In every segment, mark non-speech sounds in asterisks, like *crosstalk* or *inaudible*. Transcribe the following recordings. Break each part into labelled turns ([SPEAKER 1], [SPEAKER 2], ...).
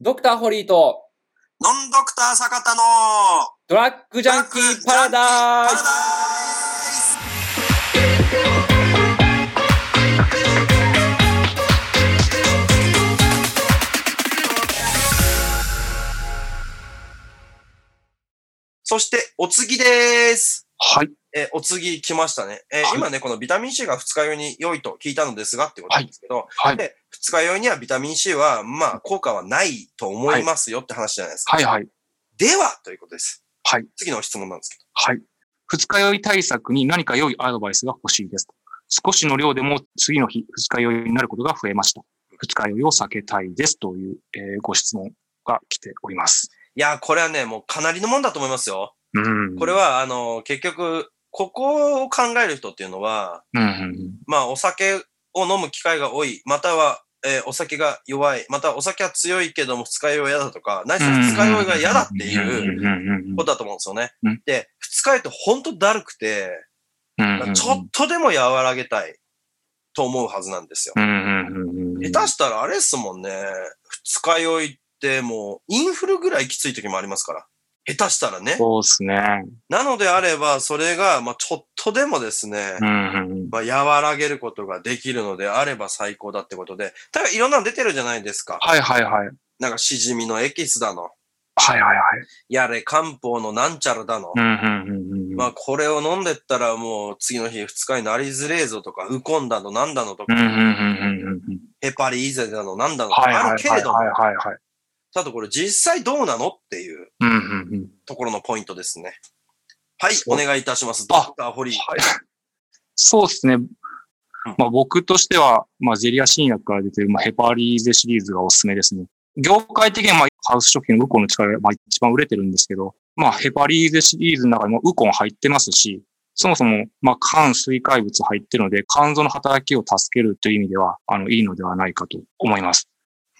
[SPEAKER 1] ドクターホリーと
[SPEAKER 2] ノンドクター坂田の
[SPEAKER 1] ドラッグジャンキーパラダイス
[SPEAKER 2] そして、お次です。
[SPEAKER 3] はい。
[SPEAKER 2] えーお次来ましたね。えー
[SPEAKER 3] はい
[SPEAKER 2] 今ね、このビタミン C が二日酔いに良いと聞いたのですがってことなんですけど、
[SPEAKER 3] はい。
[SPEAKER 2] で、二日酔いにはビタミン C は、まあ、効果はないと思いますよって話じゃないですか。
[SPEAKER 3] はいはい。
[SPEAKER 2] では、ということです。
[SPEAKER 3] はい。
[SPEAKER 2] 次の質問なんですけど。
[SPEAKER 3] はい。二日酔い対策に何か良いアドバイスが欲しいです。少しの量でも次の日、二日酔いになることが増えました。二日酔いを避けたいですという、えーご質問が来ております。
[SPEAKER 2] いやー、これはね、もうかなりのもんだと思いますよ。
[SPEAKER 3] うん。
[SPEAKER 2] これ、は、あのー、結局、ここを考える人っていうのは、
[SPEAKER 3] うんうん
[SPEAKER 2] まあ、お酒を飲む機会が多い、または、えーお酒が弱い、またはお酒は強いけども二日酔いは嫌だとか、ないし
[SPEAKER 3] う
[SPEAKER 2] は
[SPEAKER 3] ん。
[SPEAKER 2] 二日酔いが嫌だっていう
[SPEAKER 3] うんうんうんうん
[SPEAKER 2] ことだと思うんですよね
[SPEAKER 3] うん。
[SPEAKER 2] で、二日酔いってほんとだるくて、
[SPEAKER 3] うんうんうん
[SPEAKER 2] ちょっとでも和らげたいと思うはずなんですよ。
[SPEAKER 3] うんうんうんうん
[SPEAKER 2] 下手したらあれっすもんね、二日酔いってもうインフルぐらいきつい時もありますから。下手したらね。
[SPEAKER 3] そうですね。
[SPEAKER 2] なのであれば、それが、まあちょっとでもですね
[SPEAKER 3] う、んうんうん
[SPEAKER 2] まあ和らげることができるのであれば最高だってことで、ただいろんなの出てるじゃないですか。
[SPEAKER 3] はいはいはい。
[SPEAKER 2] なんかしじみのエキスだの、
[SPEAKER 3] はいはいはい。
[SPEAKER 2] やれ漢方のなんちゃらだの
[SPEAKER 3] う。んうんうんうん。
[SPEAKER 2] まあこれを飲んでったらもう次の日二日になりづれえぞとか、ウコンだのなんだのと
[SPEAKER 3] う
[SPEAKER 2] か
[SPEAKER 3] ん、うんうんうんうんうん。
[SPEAKER 2] ヘパリーゼだのなんだのとか
[SPEAKER 3] はいはい
[SPEAKER 2] あるけ
[SPEAKER 3] は
[SPEAKER 2] れ
[SPEAKER 3] い
[SPEAKER 2] ども、
[SPEAKER 3] はいはいはい。
[SPEAKER 2] ただこれ実際どうなのっていう
[SPEAKER 3] うんうんうん。
[SPEAKER 2] ところのポイントですね。はい、
[SPEAKER 3] そ
[SPEAKER 2] お
[SPEAKER 3] う
[SPEAKER 2] 願いいたします。ド
[SPEAKER 3] あ
[SPEAKER 2] クターホリー。
[SPEAKER 3] はい。そうですね。まあ、僕としては、まあ、ゼリア新薬から出てる、まあ、ヘパリーゼシリーズがおすすめですね。業界的には、まあ、ハウス食品のウコンの力が、まあ、一番売れてるんですけど、まあ、ヘパリーゼシリーズの中にもウコン入ってますし、そもそも、まあ、肝水解物入ってるので、肝臓の働きを助けるという意味では、あの、いいのではないかと思います。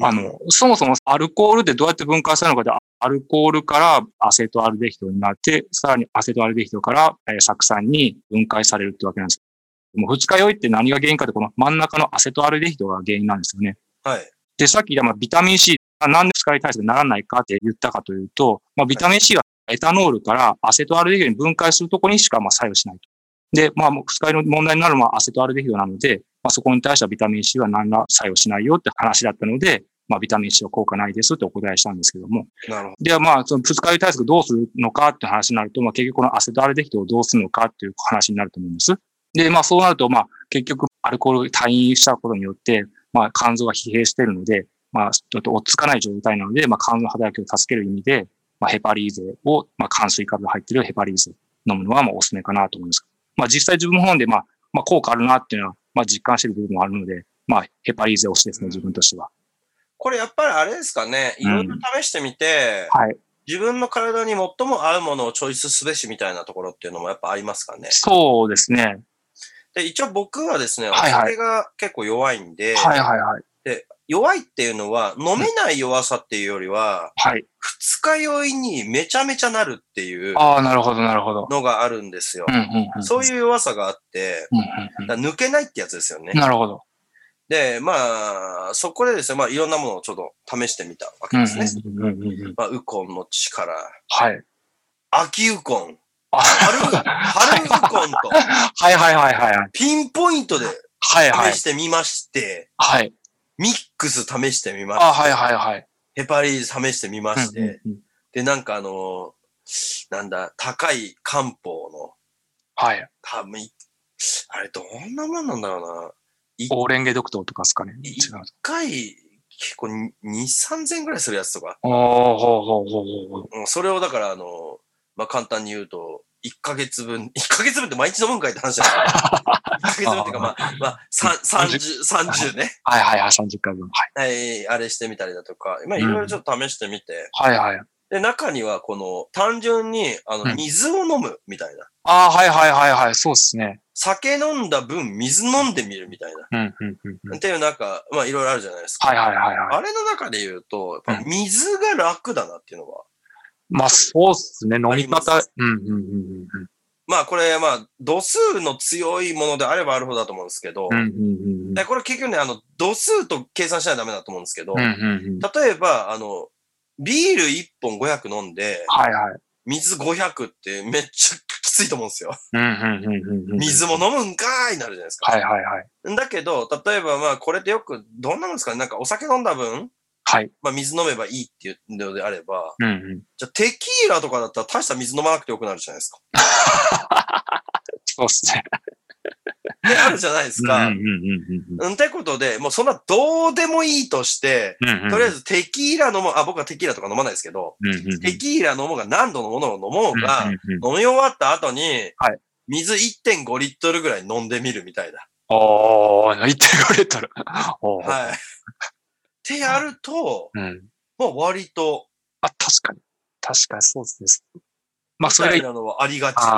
[SPEAKER 3] あの、そもそもアルコールってどうやって分解されるのかで、アルコールからアセトアルデヒドになって、さらにアセトアルデヒドからえー酢酸に分解されるってわけなんです。もう二日酔いって何が原因かって、この真ん中のアセトアルデヒドが原因なんですよね。
[SPEAKER 2] はい。
[SPEAKER 3] で、さっき言ったまあビタミン C、あなんで二日酔い対策にならないかって言ったかというと、まあ、ビタミン C はエタノールからアセトアルデヒドに分解するところにしかまあ作用しないと。で、まあ、もう二日酔いの問題になるのはアセトアルデヒドなので、まあ、そこに対してはビタミン C は何ら作用しないよって話だったので、まあ、ビタミン C は効果ないですってお答えしたんですけども。
[SPEAKER 2] なるほ
[SPEAKER 3] ではまあ、その二日酔い対策どうするのかって話になると、まあ結局このアセトアルデヒドをどうするのかっていう話になると思うんです。で、まあそうなると、まあ結局アルコールを退院したことによって、まあ肝臓が疲弊しているので、まあちょっと落ち着かない状態なので、まあ肝臓の働きを助ける意味で、まあヘパリーゼを、まあ肝水化物が入っているヘパリーゼ飲むのはまあおすすめかなと思うんです。まあ実際自分の方で、まあ、まあ効果あるなっていうのは、まあ実感している部分もあるので、まあヘパリーゼ推しですね、自分としては。
[SPEAKER 2] これやっぱりあれですかね。いろいろ試してみて、
[SPEAKER 3] はい。
[SPEAKER 2] 自分の体に最も合うものをチョイスすべしみたいなところっていうのもやっぱありますかね。
[SPEAKER 3] そうですね。
[SPEAKER 2] で、一応僕はですね、お
[SPEAKER 3] はいはい
[SPEAKER 2] 酒が結構弱いんで、
[SPEAKER 3] はいはいはい。
[SPEAKER 2] 弱いっていうのは飲めない弱さっていうよりは、
[SPEAKER 3] はい。
[SPEAKER 2] 二日酔いにめちゃめちゃなるっていう
[SPEAKER 3] ああ、なるほど、なるほど。
[SPEAKER 2] のがあるんですよ
[SPEAKER 3] う。んうんうん、
[SPEAKER 2] そういう弱さがあって、
[SPEAKER 3] うんうん
[SPEAKER 2] だから抜けないってやつですよね
[SPEAKER 3] うん。なるほど。
[SPEAKER 2] で、まあ、そこでですね、まあ、いろんなものをちょっと試してみたわけですね。
[SPEAKER 3] うんうんうんうん
[SPEAKER 2] まあ、ウコンの力、
[SPEAKER 3] はい。
[SPEAKER 2] 秋ウコン、
[SPEAKER 3] あ
[SPEAKER 2] 春、
[SPEAKER 3] *laughs*
[SPEAKER 2] 春ウコンと、
[SPEAKER 3] はいはいはいはいはい。
[SPEAKER 2] ピンポイントで
[SPEAKER 3] はいはい
[SPEAKER 2] 試。してみまして、
[SPEAKER 3] はい。
[SPEAKER 2] ミックス試してみまして、
[SPEAKER 3] あはいはいはい。
[SPEAKER 2] ヘパリーズ試してみまして、
[SPEAKER 3] うんうんうん
[SPEAKER 2] で、なんかあのーなんだ、高い漢方の、
[SPEAKER 3] はい。
[SPEAKER 2] 多分いあれどんなもんなんだろうな。
[SPEAKER 3] オーレンゲドクトとかですかね。
[SPEAKER 2] い
[SPEAKER 3] 違
[SPEAKER 2] 一
[SPEAKER 3] う。
[SPEAKER 2] 回、結構に2、3000ぐらいするやつとか。
[SPEAKER 3] おーほうほうほうほうほう。
[SPEAKER 2] うん、それをだから、あの、まあ、簡単に言うと、1ヶ月分、1ヶ *laughs* 月分って毎日飲むんかいって
[SPEAKER 3] *laughs*
[SPEAKER 2] 話じゃないですか。1ヶ月分っていうか、まあ、まあ、さん30、30ね。
[SPEAKER 3] はいはいはい。30回分。
[SPEAKER 2] はい、あれしてみたりだとか、まあ、いろいろちょっと試してみて、
[SPEAKER 3] はい。はいはい。
[SPEAKER 2] で、中には、この、単純に、あ
[SPEAKER 3] う
[SPEAKER 2] の、
[SPEAKER 3] ん
[SPEAKER 2] 水を飲むみたいな。
[SPEAKER 3] ああ、はいはいはいはい。そうですね。
[SPEAKER 2] 酒飲んだ分、水飲んでみるみたいな。
[SPEAKER 3] うんうんうんうん。
[SPEAKER 2] っていう、なんか、まあ、いろいろあるじゃないですか。
[SPEAKER 3] はいはいはいはい。
[SPEAKER 2] あれの中で言うと、やっぱ
[SPEAKER 3] う
[SPEAKER 2] 水が楽だなっていうのは。
[SPEAKER 3] まあそうっすね。飲み
[SPEAKER 2] ありま
[SPEAKER 3] 方
[SPEAKER 2] す。
[SPEAKER 3] うんうんうんうんうん。
[SPEAKER 2] まあ、これ、まあ、度数の強いものであればあるほどだと思うんですけど、
[SPEAKER 3] うんうんうんうん。
[SPEAKER 2] でこれ結局ね、あの、度数と計算しないとダメだと思うんですけど、
[SPEAKER 3] うんうんうん。
[SPEAKER 2] 例えば、あの、ビール1本500飲んで、
[SPEAKER 3] はいはい。
[SPEAKER 2] 水500ってめっちゃきついと思うんですよ。
[SPEAKER 3] うん、うん、うんうん、うん。
[SPEAKER 2] 水も飲むんかーいなるじゃないですか。
[SPEAKER 3] はいはいはい。
[SPEAKER 2] だけど、例えばまあ、これでよく、どうなんですかねなんかお酒飲んだ分、
[SPEAKER 3] はい。
[SPEAKER 2] まあ水飲めばいいっていうのであれば、
[SPEAKER 3] うん、うん。
[SPEAKER 2] じゃあテキーラとかだったら大した水飲まなくてよくなるじゃないです
[SPEAKER 3] *laughs*
[SPEAKER 2] か。
[SPEAKER 3] そうっすね。
[SPEAKER 2] であるじゃないです
[SPEAKER 3] うん、うん
[SPEAKER 2] か。、うん、ってことで、もうそんなどうでもいいとして、
[SPEAKER 3] うんうん。
[SPEAKER 2] とりあえ
[SPEAKER 3] ず、
[SPEAKER 2] ずテキーラ飲もう、あ、僕はテキーラとか飲まないですけど、
[SPEAKER 3] うん、うんうん。
[SPEAKER 2] テキーラ飲もうが何度のものを飲もうが、
[SPEAKER 3] うんうんうん
[SPEAKER 2] 飲み終わった後に、
[SPEAKER 3] はい
[SPEAKER 2] 水1.5リットルぐらい飲んでみるみたいな。
[SPEAKER 3] おー、1.5レット *laughs* ル。おー。
[SPEAKER 2] はい。 *laughs* ってやると、
[SPEAKER 3] うん。
[SPEAKER 2] まあ割と、
[SPEAKER 3] あ、確かに。確かにそうですね。まあ、そ
[SPEAKER 2] みた
[SPEAKER 3] れ
[SPEAKER 2] い
[SPEAKER 3] が、
[SPEAKER 2] なのはありがち。
[SPEAKER 3] あーあー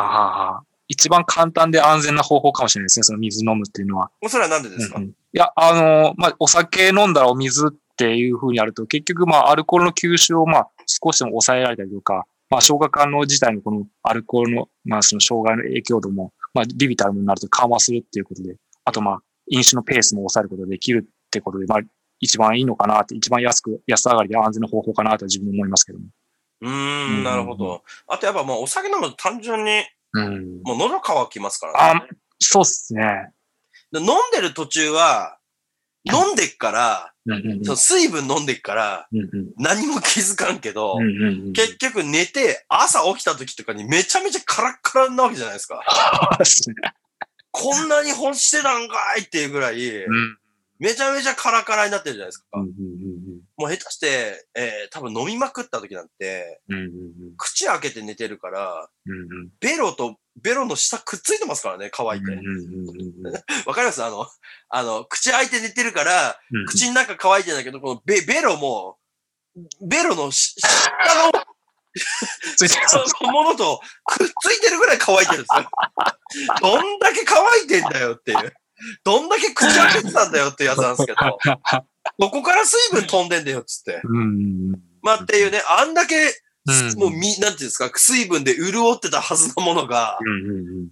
[SPEAKER 3] あー一番簡単で安全な方法かもしれないですね。その水飲むっていうのは。
[SPEAKER 2] それはなんでですか、
[SPEAKER 3] うんうんいや、あのーまあ、お酒飲んだらお水っていう風にやると、結局、まあ、アルコールの吸収を、まあ、少しでも抑えられたりとか、まあ、消化管の自体のこのアルコールの、まあ、その障害の影響度も、まあ、ビビタルになると緩和するっていうことで、あと、まあ、飲酒のペースも抑えることができるってことで、まあ、一番いいのかなって、一番安く、安上がりで安全な方法かなと自分も思いますけども。
[SPEAKER 2] うーん、なるほど。あとやっぱもうお酒飲むと単純に、
[SPEAKER 3] うん。
[SPEAKER 2] もう喉乾きますからね
[SPEAKER 3] あ。、そうっすね。
[SPEAKER 2] で飲んでる途中は、飲んでっから、
[SPEAKER 3] うんうんうん。
[SPEAKER 2] その水分飲んでっから、
[SPEAKER 3] うんうん
[SPEAKER 2] 何も気づかんけど、
[SPEAKER 3] うんうんうん。
[SPEAKER 2] 結局寝て、朝起きた時とかにめちゃめちゃカラッカラなわけじゃないですか。
[SPEAKER 3] 構ですね。
[SPEAKER 2] こんなに干してたんかいっていうぐらい、
[SPEAKER 3] うん。
[SPEAKER 2] めちゃめちゃカラカラになってるじゃないですか。
[SPEAKER 3] うんうん
[SPEAKER 2] もう下手して、えー多分飲みまくった時なんて、
[SPEAKER 3] うんうん。うんうん
[SPEAKER 2] 口開けて寝てるから、
[SPEAKER 3] うんうん。
[SPEAKER 2] ベロと、ベロの下くっついてますからね、乾いて。わかりますあの、あの、口開いて寝てるから、口の中乾いてんだけど、このベベロも、ベロのし *laughs* 下の
[SPEAKER 3] ついてる。
[SPEAKER 2] そのものとくっついてるぐらい乾いてるんですよ。どんだけ乾いてんだよっていう。どんだけ口開けてたんだよっていうやつなんですけど、どこから水分飛んでんだよっつって。
[SPEAKER 3] うん。
[SPEAKER 2] まあっていうね、あんだけ、
[SPEAKER 3] うん
[SPEAKER 2] もうみ、なんていうんですか、水分で潤ってたはずのものが、
[SPEAKER 3] うん。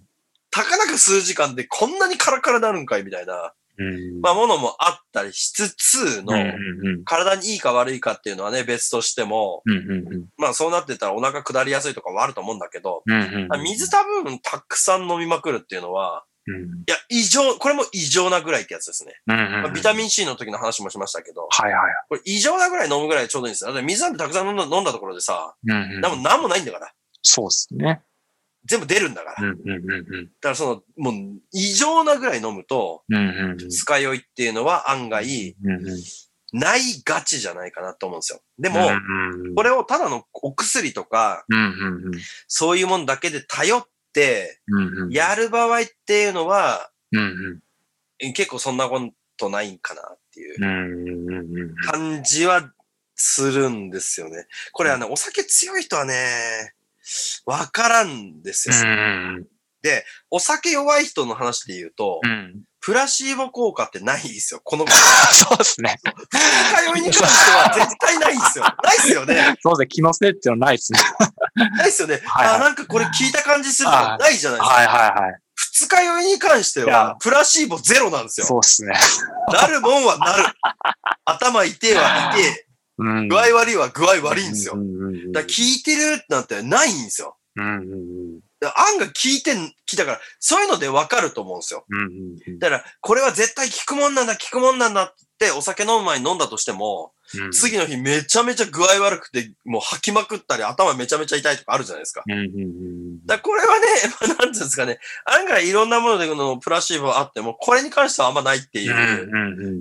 [SPEAKER 2] たかなか数時間でこんなにカラカラなるんかいみたいな、
[SPEAKER 3] うん。
[SPEAKER 2] まあものもあったりしつつの、
[SPEAKER 3] うん。
[SPEAKER 2] 体にいいか悪いかっていうのはね、別としても、
[SPEAKER 3] うん。うん。
[SPEAKER 2] まあそうなってたらお腹下りやすいとかもあると思うんだけど、
[SPEAKER 3] うん。
[SPEAKER 2] まあ水多分たくさん飲みまくるっていうのは、いや、異常、これも異常なぐらいってやつですね。まあビタミン C の時の話もしましたけど、
[SPEAKER 3] はいはい。
[SPEAKER 2] これ異常なぐらい飲むぐらいちょうどいいんですよ。だって水なんてたくさん飲んだ飲んだところでさ、
[SPEAKER 3] うん
[SPEAKER 2] なんもなんもないんだから。
[SPEAKER 3] そうですね。
[SPEAKER 2] 全部出るんだから。だ
[SPEAKER 3] うん。うん。うん。
[SPEAKER 2] からその、もう異常なぐらい飲むと、
[SPEAKER 3] うん。
[SPEAKER 2] 使い酔いっていうのは案外、
[SPEAKER 3] うん。
[SPEAKER 2] ないがちじゃないかなと思うんですよ。で
[SPEAKER 3] で
[SPEAKER 2] も、
[SPEAKER 3] うん。
[SPEAKER 2] これをただのお薬とか、
[SPEAKER 3] うん。
[SPEAKER 2] そういうもんだけで頼って、
[SPEAKER 3] うん。
[SPEAKER 2] やる場合っていうのは、
[SPEAKER 3] うん。
[SPEAKER 2] え結構そんなことないんかなっていう
[SPEAKER 3] うん。うん。
[SPEAKER 2] 感じはするんですよね。これはね、お酒強い人はね、わからんですよ。
[SPEAKER 3] うん。
[SPEAKER 2] お酒弱い人の話で言うと、
[SPEAKER 3] うん。
[SPEAKER 2] プラシーボ効果ってないですよ。この、
[SPEAKER 3] そうですね。
[SPEAKER 2] 二日酔いに関しては絶対ないですよ。 *laughs* ないですよね。
[SPEAKER 3] そうですね。気のせいっていうのはないですね。
[SPEAKER 2] ないですよね。
[SPEAKER 3] はいはい
[SPEAKER 2] あ、なんかこれ聞いた感じするとかないじゃないですか。
[SPEAKER 3] はいはいはい。
[SPEAKER 2] 二日酔いに関して
[SPEAKER 3] いや
[SPEAKER 2] は、プラシーボゼロなんですよ。
[SPEAKER 3] そうですね。
[SPEAKER 2] なるもんはなる。頭痛いは痛い。
[SPEAKER 3] うん
[SPEAKER 2] 具合悪いは具合悪いんですよ。
[SPEAKER 3] うん。
[SPEAKER 2] だから聞いてるなんてないんですよ。
[SPEAKER 3] うん。うん。
[SPEAKER 2] だから案が聞いてん、聞いたから、そういうのでわかると思うんですよ。
[SPEAKER 3] うん。
[SPEAKER 2] だから、これは絶対効くもんなんだ、効くもんなんだって、お酒飲む前に飲んだとしても、次の日めちゃめちゃ具合悪くて、もう吐きまくったり、頭めちゃめちゃ痛いとかあるじゃないですか。
[SPEAKER 3] うん。うん。
[SPEAKER 2] だからこれはね、 *laughs* まあ、なんていうんですかね、案外いろんなものでこのプラシーボあっても、これに関してはあんまないってい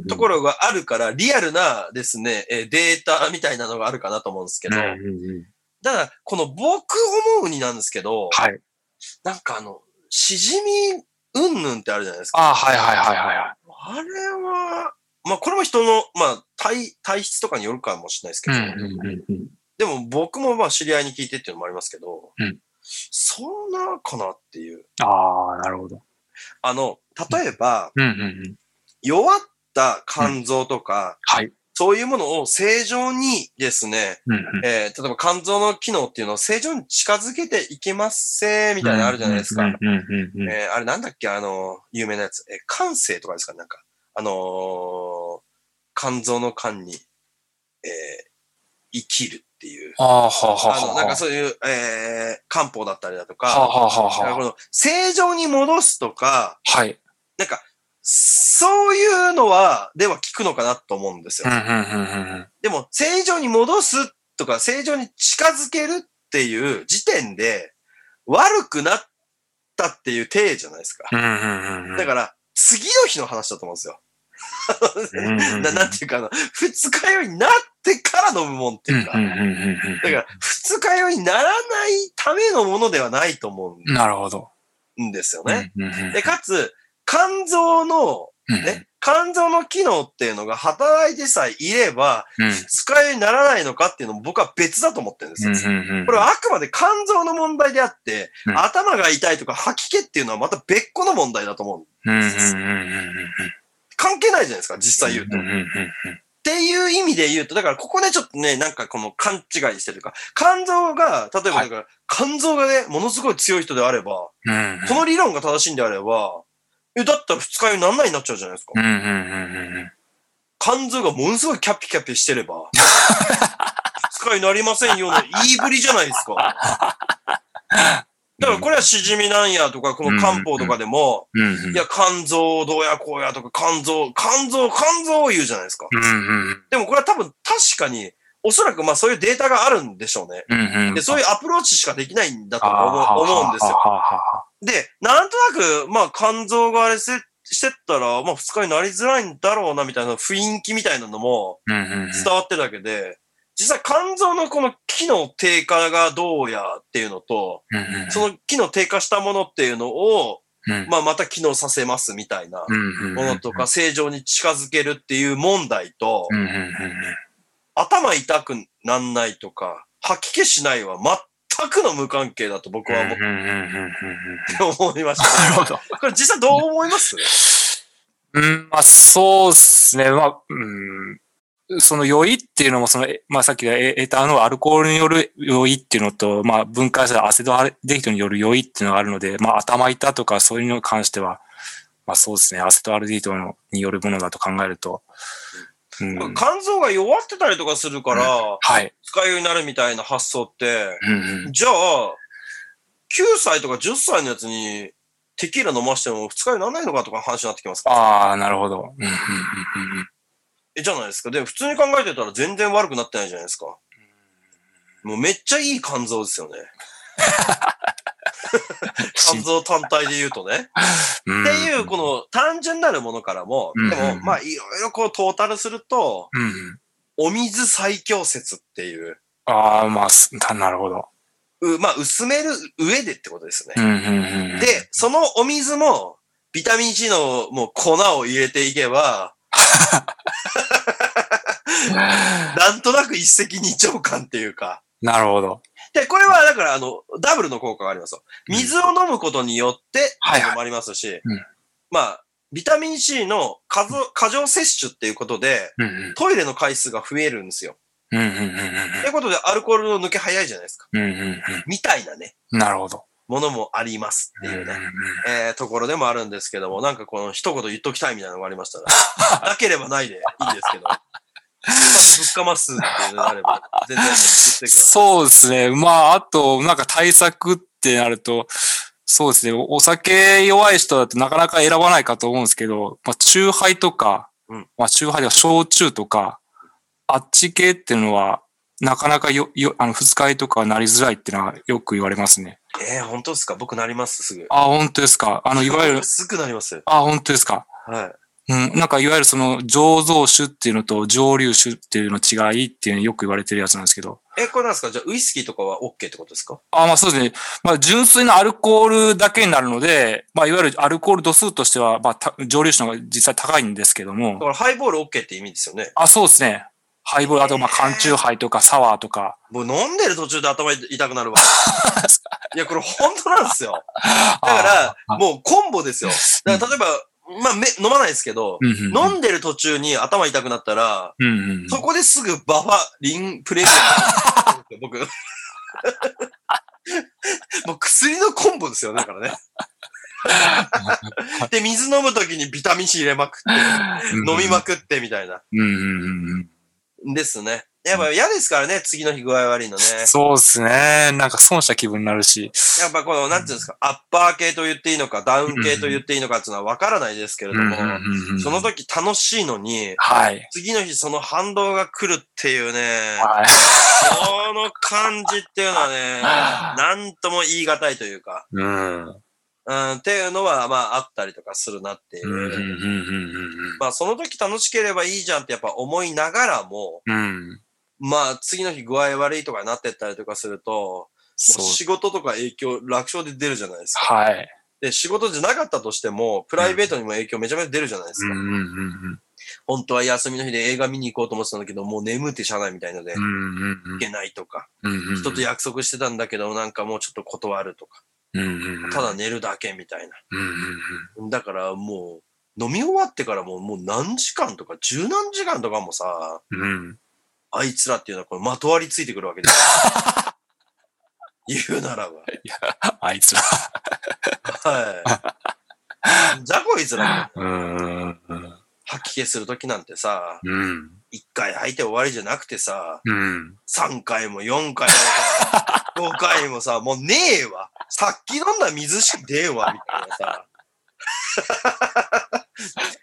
[SPEAKER 2] う。ところがあるから、リアルなですね、えーデータみたいなのがあるかなと思うんですけど、
[SPEAKER 3] うんうんうん
[SPEAKER 2] ただ、この僕思うになんですけど、
[SPEAKER 3] はい。
[SPEAKER 2] なんかあの、しじみうんぬんってあるじゃないですか。
[SPEAKER 3] ああ、はいはいはいはいはい。
[SPEAKER 2] あれは、まあこれも人の、まあ体、体質とかによるかもしれないですけど、
[SPEAKER 3] うんうんうん
[SPEAKER 2] でも僕もまあ知り合いに聞いてっていうのもありますけど、
[SPEAKER 3] うん
[SPEAKER 2] そんなかなっていう。
[SPEAKER 3] ああ、なるほど。
[SPEAKER 2] あの、例えば、
[SPEAKER 3] うんうんうん。
[SPEAKER 2] 弱った肝臓とか、
[SPEAKER 3] はい。
[SPEAKER 2] そういうものを正常にですね、
[SPEAKER 3] うんうん
[SPEAKER 2] えー例えば肝臓の機能っていうのを正常に近づけていきますせーみたいなのあるじゃないですか。
[SPEAKER 3] うんうんうんうん。
[SPEAKER 2] えーあれなんだっけあの、有名なやつ。えー肝性とかですかなんか。あのー肝臓の肝に、えー生きるっていう。
[SPEAKER 4] ああ、はあ、はあ、
[SPEAKER 2] あ
[SPEAKER 4] は
[SPEAKER 2] の、
[SPEAKER 4] あ。
[SPEAKER 2] なんかそういう、えー、漢方だったりだと
[SPEAKER 4] はあ、
[SPEAKER 2] か、
[SPEAKER 4] はあ、は
[SPEAKER 2] だか
[SPEAKER 4] あ、
[SPEAKER 2] ら
[SPEAKER 4] は
[SPEAKER 2] この正常に戻すとか、
[SPEAKER 4] あ。はい。
[SPEAKER 2] なんか、そういうのは、では効くのかなと思うんです
[SPEAKER 4] う
[SPEAKER 2] よ。
[SPEAKER 4] ん、うん、うん、うんうん。
[SPEAKER 2] でも、正常に戻すとか、正常に近づけるっていう時点で、悪くなったっていう体じゃないですか。
[SPEAKER 4] うん、うん、うん。
[SPEAKER 2] だから、次の日の話だと思うんですよ。
[SPEAKER 4] うんうんうん
[SPEAKER 2] ななんていうかな、二日酔いになってから飲むもんって
[SPEAKER 4] うん、うん
[SPEAKER 2] いうか。、
[SPEAKER 4] うんうん
[SPEAKER 2] だから、二日酔いにならないためのものではないと思
[SPEAKER 4] うん。なるほど。
[SPEAKER 2] うんですよね。
[SPEAKER 4] うん。うん、うん
[SPEAKER 2] で、かつ、肝臓の、ね、肝臓の機能っていうのが働いてさえいれば、
[SPEAKER 4] うん、うん
[SPEAKER 2] 二日酔いにならないのかっていうのも僕は別だと思ってるんですよ。
[SPEAKER 4] うんうんうん。
[SPEAKER 2] これはあくまで肝臓の問題であって、
[SPEAKER 4] うん
[SPEAKER 2] 頭が痛いとか吐き気っていうのはまた別個の問題だと思う。
[SPEAKER 4] うん、うん、うん、うんうん。
[SPEAKER 2] 関係ないじゃないですか、実際言うと。
[SPEAKER 4] うん、うん、うん。
[SPEAKER 2] っていう意味で言うと、だからここでちょっとね、なんかこの勘違いしてるというか、肝臓が、例えば
[SPEAKER 4] は
[SPEAKER 2] だから、肝臓がね、ものすごい強い人であれば、
[SPEAKER 4] うん
[SPEAKER 2] この理論が正しいんであれば、え、だったら二日酔いにならないになっちゃうじゃないですか
[SPEAKER 4] う。ん、うん、うんうんうん。
[SPEAKER 2] 肝臓がものすごいキャピキャピしてれば、 *laughs* 二日酔いになりませんよの言いぶりじゃないですか。だからこれはしじみなんやとか、この漢方とかでも、
[SPEAKER 4] うん、うんうん
[SPEAKER 2] いや、肝臓どうやこうやとか、肝臓、肝臓、肝臓を言うじゃないですか。
[SPEAKER 4] うん、うん
[SPEAKER 2] でもこれは多分確かに、おそらくまあそういうデータがあるんでしょうね。
[SPEAKER 4] うん、うん。
[SPEAKER 2] で、そう
[SPEAKER 4] い
[SPEAKER 2] いうアプローチしかできないんだと
[SPEAKER 4] あーはあ
[SPEAKER 2] 思う思うんですよ。
[SPEAKER 4] はあはあはあ
[SPEAKER 2] で、なんとなく、まあ肝臓があれせしてったら、まあ二日になりづらいんだろうなみたいな雰囲気みたいなのも
[SPEAKER 4] うん、うん、うん。
[SPEAKER 2] 伝わってるだけで、実際肝臓のこの機能低下がどうやっていうのと、
[SPEAKER 4] うんうん
[SPEAKER 2] その機能低下したものっていうのを、
[SPEAKER 4] うん
[SPEAKER 2] まあまた機能させますみたいな
[SPEAKER 4] うん
[SPEAKER 2] ものとか、正常に近づけるっていう問題と、
[SPEAKER 4] うんうんうん
[SPEAKER 2] 頭痛くなんないとか、吐き気しないは全くの無関係だと僕は思っ
[SPEAKER 4] うんうんうんうんうん
[SPEAKER 2] 思いまし
[SPEAKER 3] なるほ
[SPEAKER 2] た。
[SPEAKER 3] ど。
[SPEAKER 2] これ実際どう思います
[SPEAKER 3] うん、まあ、そうっすね。まあ、うん。その酔いっていうのも、その、えまあさっきが得たあのアルコールによる酔いっていうのと、まあ分解したアセトアデヒドによる酔いっていうのがあるので、まあ頭痛とかそういうのに関しては、まあそうですね、アセトアルデヒドによるものだと考えると、うん、
[SPEAKER 2] 肝臓が弱ってたりとかするから、
[SPEAKER 3] はい。
[SPEAKER 2] 使いようになるみたいな発想って、
[SPEAKER 4] うんうん
[SPEAKER 2] じゃあ、9歳とか10歳のやつにテキーラ飲ましても二日酔いにならないのかとかの話になってきますから。
[SPEAKER 3] ああ、なるほど。うんうんうんうん
[SPEAKER 2] えじゃないですか。で、普通に考えてたら全然悪くなってないじゃないですか。もうめっちゃいい肝臓ですよね。肝臓単体で言うとね。
[SPEAKER 3] うん
[SPEAKER 2] っていう、この単純なるものからも、
[SPEAKER 3] うん
[SPEAKER 2] でも、まあ、いろいろこう、トータルすると、
[SPEAKER 3] うんうん。
[SPEAKER 2] お水最強説っていう、
[SPEAKER 3] ああ、まあ、すたなるほど。
[SPEAKER 2] うまあ、薄める上でってことですね
[SPEAKER 3] う。んうんうんうん。
[SPEAKER 2] で、、そのお水も、ビタミン C のもう粉を入れていけば、なんとなく一石二鳥感っていうか。
[SPEAKER 3] *laughs* なるほど。
[SPEAKER 2] で、これはだから、あの、ダブルの効果がありますよ。水を飲むことによって、
[SPEAKER 3] はいはい
[SPEAKER 2] のもありますし
[SPEAKER 3] うん、
[SPEAKER 2] まあ、ビタミン C の過剰過剰摂取っていうことで、
[SPEAKER 3] うんうん
[SPEAKER 2] トイレの回数が増えるんですよ。
[SPEAKER 3] うんうんうん
[SPEAKER 2] ということで、アルコールの抜け早いじゃないですか。
[SPEAKER 3] うんうんうん
[SPEAKER 2] みたいなね、
[SPEAKER 3] うん。なるほど。
[SPEAKER 2] ものもありますっていうね、えー、ところでもあるんですけども、なんかこの一言言っときたいみたいなのがありました *laughs* ら、なければないでいいですけど、そんなにぶっかますっていうのであれば、全然言ってくださ
[SPEAKER 3] そうですね。まあ、あと、なんか対策ってなると、そうですね。お酒弱い人だとなかなか選ばないかと思うんですけど、まあ、中杯とか、
[SPEAKER 2] うん
[SPEAKER 3] まあ、中杯とか焼酎とか、あっち系っていうのは、なかなかよ、よ、あの、二日酔いとかなりづらいっていうのはよく言われますね。
[SPEAKER 2] い。えー、本当ですか僕なります、すぐ。、
[SPEAKER 3] あ、本当ですか。あの、いわゆる
[SPEAKER 2] すぐなります。
[SPEAKER 3] あ、本当ですか。
[SPEAKER 2] はい。
[SPEAKER 3] うん、なんかいわゆるその醸造酒っていうのと蒸留酒っていうの違いっていうのよく言われてるやつなんですけど。
[SPEAKER 2] えー、これなんですかじゃあ、ウイスキーとかは OK ってことですか
[SPEAKER 3] あ、まあそうですね。まあ純粋なアルコールだけになるので、まあいわゆるアルコール度数としては、まあた蒸留酒の方が実際高いんですけど
[SPEAKER 2] だ
[SPEAKER 3] も。
[SPEAKER 2] から、ハイボール OK って意味ですよね。
[SPEAKER 3] あ、そうですね。ハイボール、あとまあ缶チューハイとかサワーとか。
[SPEAKER 2] もう飲んでる途中で頭痛くなる *laughs* わ。いや、これ本当なんですよ。
[SPEAKER 3] だ
[SPEAKER 2] だか
[SPEAKER 3] あ
[SPEAKER 2] ら、
[SPEAKER 3] ー
[SPEAKER 2] もうコンボですよ。だから例えば、まあ、め飲まないですけど、
[SPEAKER 3] うんうん
[SPEAKER 2] 飲んでる途中に頭痛くなったら、
[SPEAKER 3] うんうん
[SPEAKER 2] そこですぐバファリンプレミアム。僕。 *laughs* もう薬のコンボですよ、だからね。で、水飲むときにビタミン C 入れまくって、飲みまくってみたいな。
[SPEAKER 3] うんうんうんうん。
[SPEAKER 2] ですね。やっぱ嫌ですからね、次の日具合悪いのね。
[SPEAKER 4] そうですね。なんか損した気分になるし。
[SPEAKER 2] やっぱこの、なんていうんですか、アッパー系と言っていいのか、ダウン系と言っていいのかっていうのは分からないですけれども、その時楽しいのに、
[SPEAKER 4] はい。
[SPEAKER 2] 次の日その反動が来るっていうね、
[SPEAKER 4] はい。
[SPEAKER 2] この感じっていうのはね、なんとも言い難いというか、
[SPEAKER 4] うん。うん
[SPEAKER 2] うん、っていうのは、まあ、あったりとかするなっていう。
[SPEAKER 4] うんうんうん
[SPEAKER 2] まあ、その時楽しければいいじゃんってやっぱ思いながらも、
[SPEAKER 4] うんうん。
[SPEAKER 2] まあ、次の日具合悪いとかになってったりとかすると、
[SPEAKER 4] そ
[SPEAKER 2] もう
[SPEAKER 4] う。
[SPEAKER 2] 仕事とか影響、楽勝で出るじゃないですか。
[SPEAKER 4] はい。
[SPEAKER 2] で、仕事じゃなかったとしても、プライベートにも影響めちゃめちゃ出るじゃないです
[SPEAKER 4] うん
[SPEAKER 2] か。
[SPEAKER 4] うんうん
[SPEAKER 2] 本当は休みの日で映画見に行こうと思ってたんだけど、もう眠って社内みたいので、
[SPEAKER 4] う
[SPEAKER 2] 行
[SPEAKER 4] んうんうん
[SPEAKER 2] けないとか、
[SPEAKER 4] うんうん。
[SPEAKER 2] 人と約束してたんだけど、なんかもうちょっと断るとか、
[SPEAKER 4] うんうんうん
[SPEAKER 2] ただ寝るだけみたいな。
[SPEAKER 4] うんうんうん
[SPEAKER 2] だからもう、飲み終わってからもうもう何時間とか、十何時間とかもさ、
[SPEAKER 4] うん。
[SPEAKER 2] あいつらっていうのはこれまとわりついてくるわけです
[SPEAKER 4] *laughs*
[SPEAKER 2] よ。言うならば。
[SPEAKER 4] あいつら。
[SPEAKER 2] はい。じゃこいつらも、
[SPEAKER 4] *laughs* うんうんうん
[SPEAKER 2] 吐き気するときなんてさ、
[SPEAKER 4] うん。
[SPEAKER 2] 一回吐いて終わりじゃなくてさ、
[SPEAKER 4] うん。
[SPEAKER 2] 3回も4回も
[SPEAKER 4] *laughs*
[SPEAKER 2] さ、5回もさ、もうねえわ。さっき飲んだ水しかねえわ、みたいなさ。 *laughs*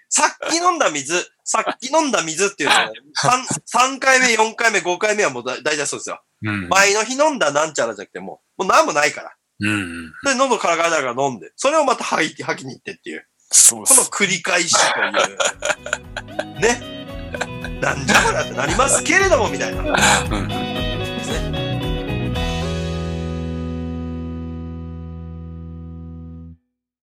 [SPEAKER 2] さっき飲んだ水、さっき飲んだ水っていうのは、ね、3, 回目、4回目、5回目はもうだ大体そうですよ。
[SPEAKER 4] うん。
[SPEAKER 2] 前の日飲んだなんちゃらじゃなくてもう、もう何もないから。
[SPEAKER 4] うん。
[SPEAKER 2] で、喉からがらから飲んで、それをまた吐いて、吐きに行ってっていう。
[SPEAKER 4] そうっ
[SPEAKER 2] この
[SPEAKER 4] す。
[SPEAKER 2] 繰り返しという。ね。なんじゃこりゃってなりますけれども、みたいな。
[SPEAKER 4] うんうん